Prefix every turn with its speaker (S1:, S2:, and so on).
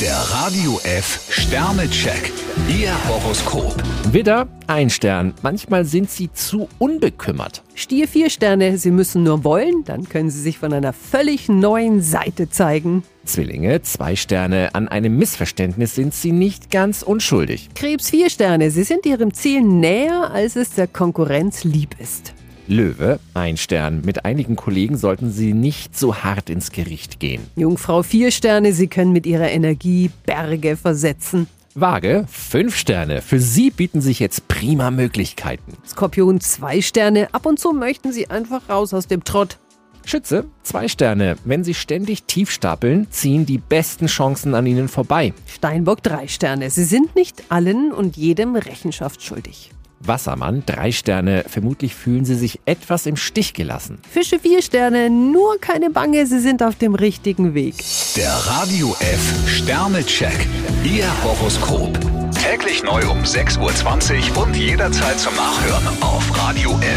S1: Der Radio F Sternecheck. Ihr Horoskop.
S2: Widder, ein Stern. Manchmal sind sie zu unbekümmert.
S3: Stier vier Sterne, Sie müssen nur wollen, dann können Sie sich von einer völlig neuen Seite zeigen.
S2: Zwillinge, zwei Sterne. An einem Missverständnis sind sie nicht ganz unschuldig.
S3: Krebs vier Sterne, Sie sind Ihrem Ziel näher, als es der Konkurrenz lieb ist.
S2: Löwe, ein Stern. Mit einigen Kollegen sollten sie nicht so hart ins Gericht gehen.
S3: Jungfrau vier Sterne, Sie können mit Ihrer Energie Berge versetzen.
S2: Waage, fünf Sterne. Für sie bieten sich jetzt prima Möglichkeiten.
S3: Skorpion zwei Sterne, ab und zu möchten Sie einfach raus aus dem Trott.
S2: Schütze, zwei Sterne. Wenn sie ständig tief stapeln, ziehen die besten Chancen an ihnen vorbei.
S3: Steinbock drei Sterne, Sie sind nicht allen und jedem Rechenschaft schuldig.
S2: Wassermann, drei Sterne. Vermutlich fühlen sie sich etwas im Stich gelassen.
S3: Fische vier Sterne, nur keine Bange, Sie sind auf dem richtigen Weg.
S1: Der Radio F Sternecheck. Ihr Horoskop. Täglich neu um 6.20 Uhr und jederzeit zum Nachhören auf Radio F.